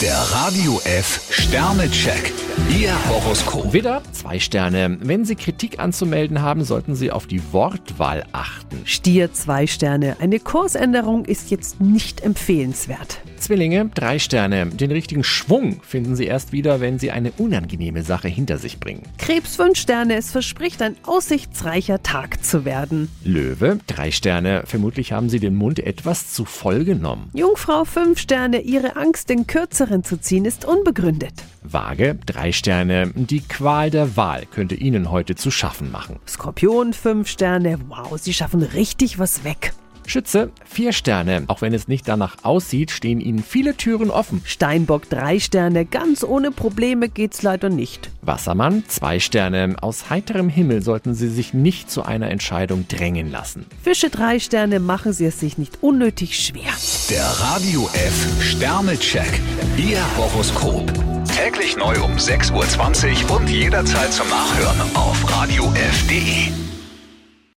Der Radio F Sternecheck. Ihr Horoskop. Widder, zwei Sterne. Wenn Sie Kritik anzumelden haben, sollten Sie auf die Wortwahl achten. Stier zwei Sterne. Eine Kursänderung ist jetzt nicht empfehlenswert. Zwillinge, drei Sterne. Den richtigen Schwung finden Sie erst wieder, wenn Sie eine unangenehme Sache hinter sich bringen. Krebs fünf Sterne. Es verspricht ein aussichtsreicher Tag zu werden. Löwe, drei Sterne. Vermutlich haben Sie den Mund etwas zu voll genommen. Jungfrau fünf Sterne. Ihre Angst, den Kürzeren zu ziehen, ist unbegründet. Waage, drei Sterne. Die Qual der Wahl könnte Ihnen heute zu schaffen machen. Skorpion fünf Sterne. Wow, Sie schaffen richtig was weg. Schütze, vier Sterne. Auch wenn es nicht danach aussieht, stehen Ihnen viele Türen offen. Steinbock drei Sterne. Ganz ohne Probleme geht's leider nicht. Wassermann, zwei Sterne. Aus heiterem Himmel sollten Sie sich nicht zu einer Entscheidung drängen lassen. Fische drei Sterne. Machen Sie es sich nicht unnötig schwer. Der Radio F Sternecheck. Ihr Horoskop. Täglich neu um 6.20 Uhr und jederzeit zum Nachhören auf Radio radiof.de.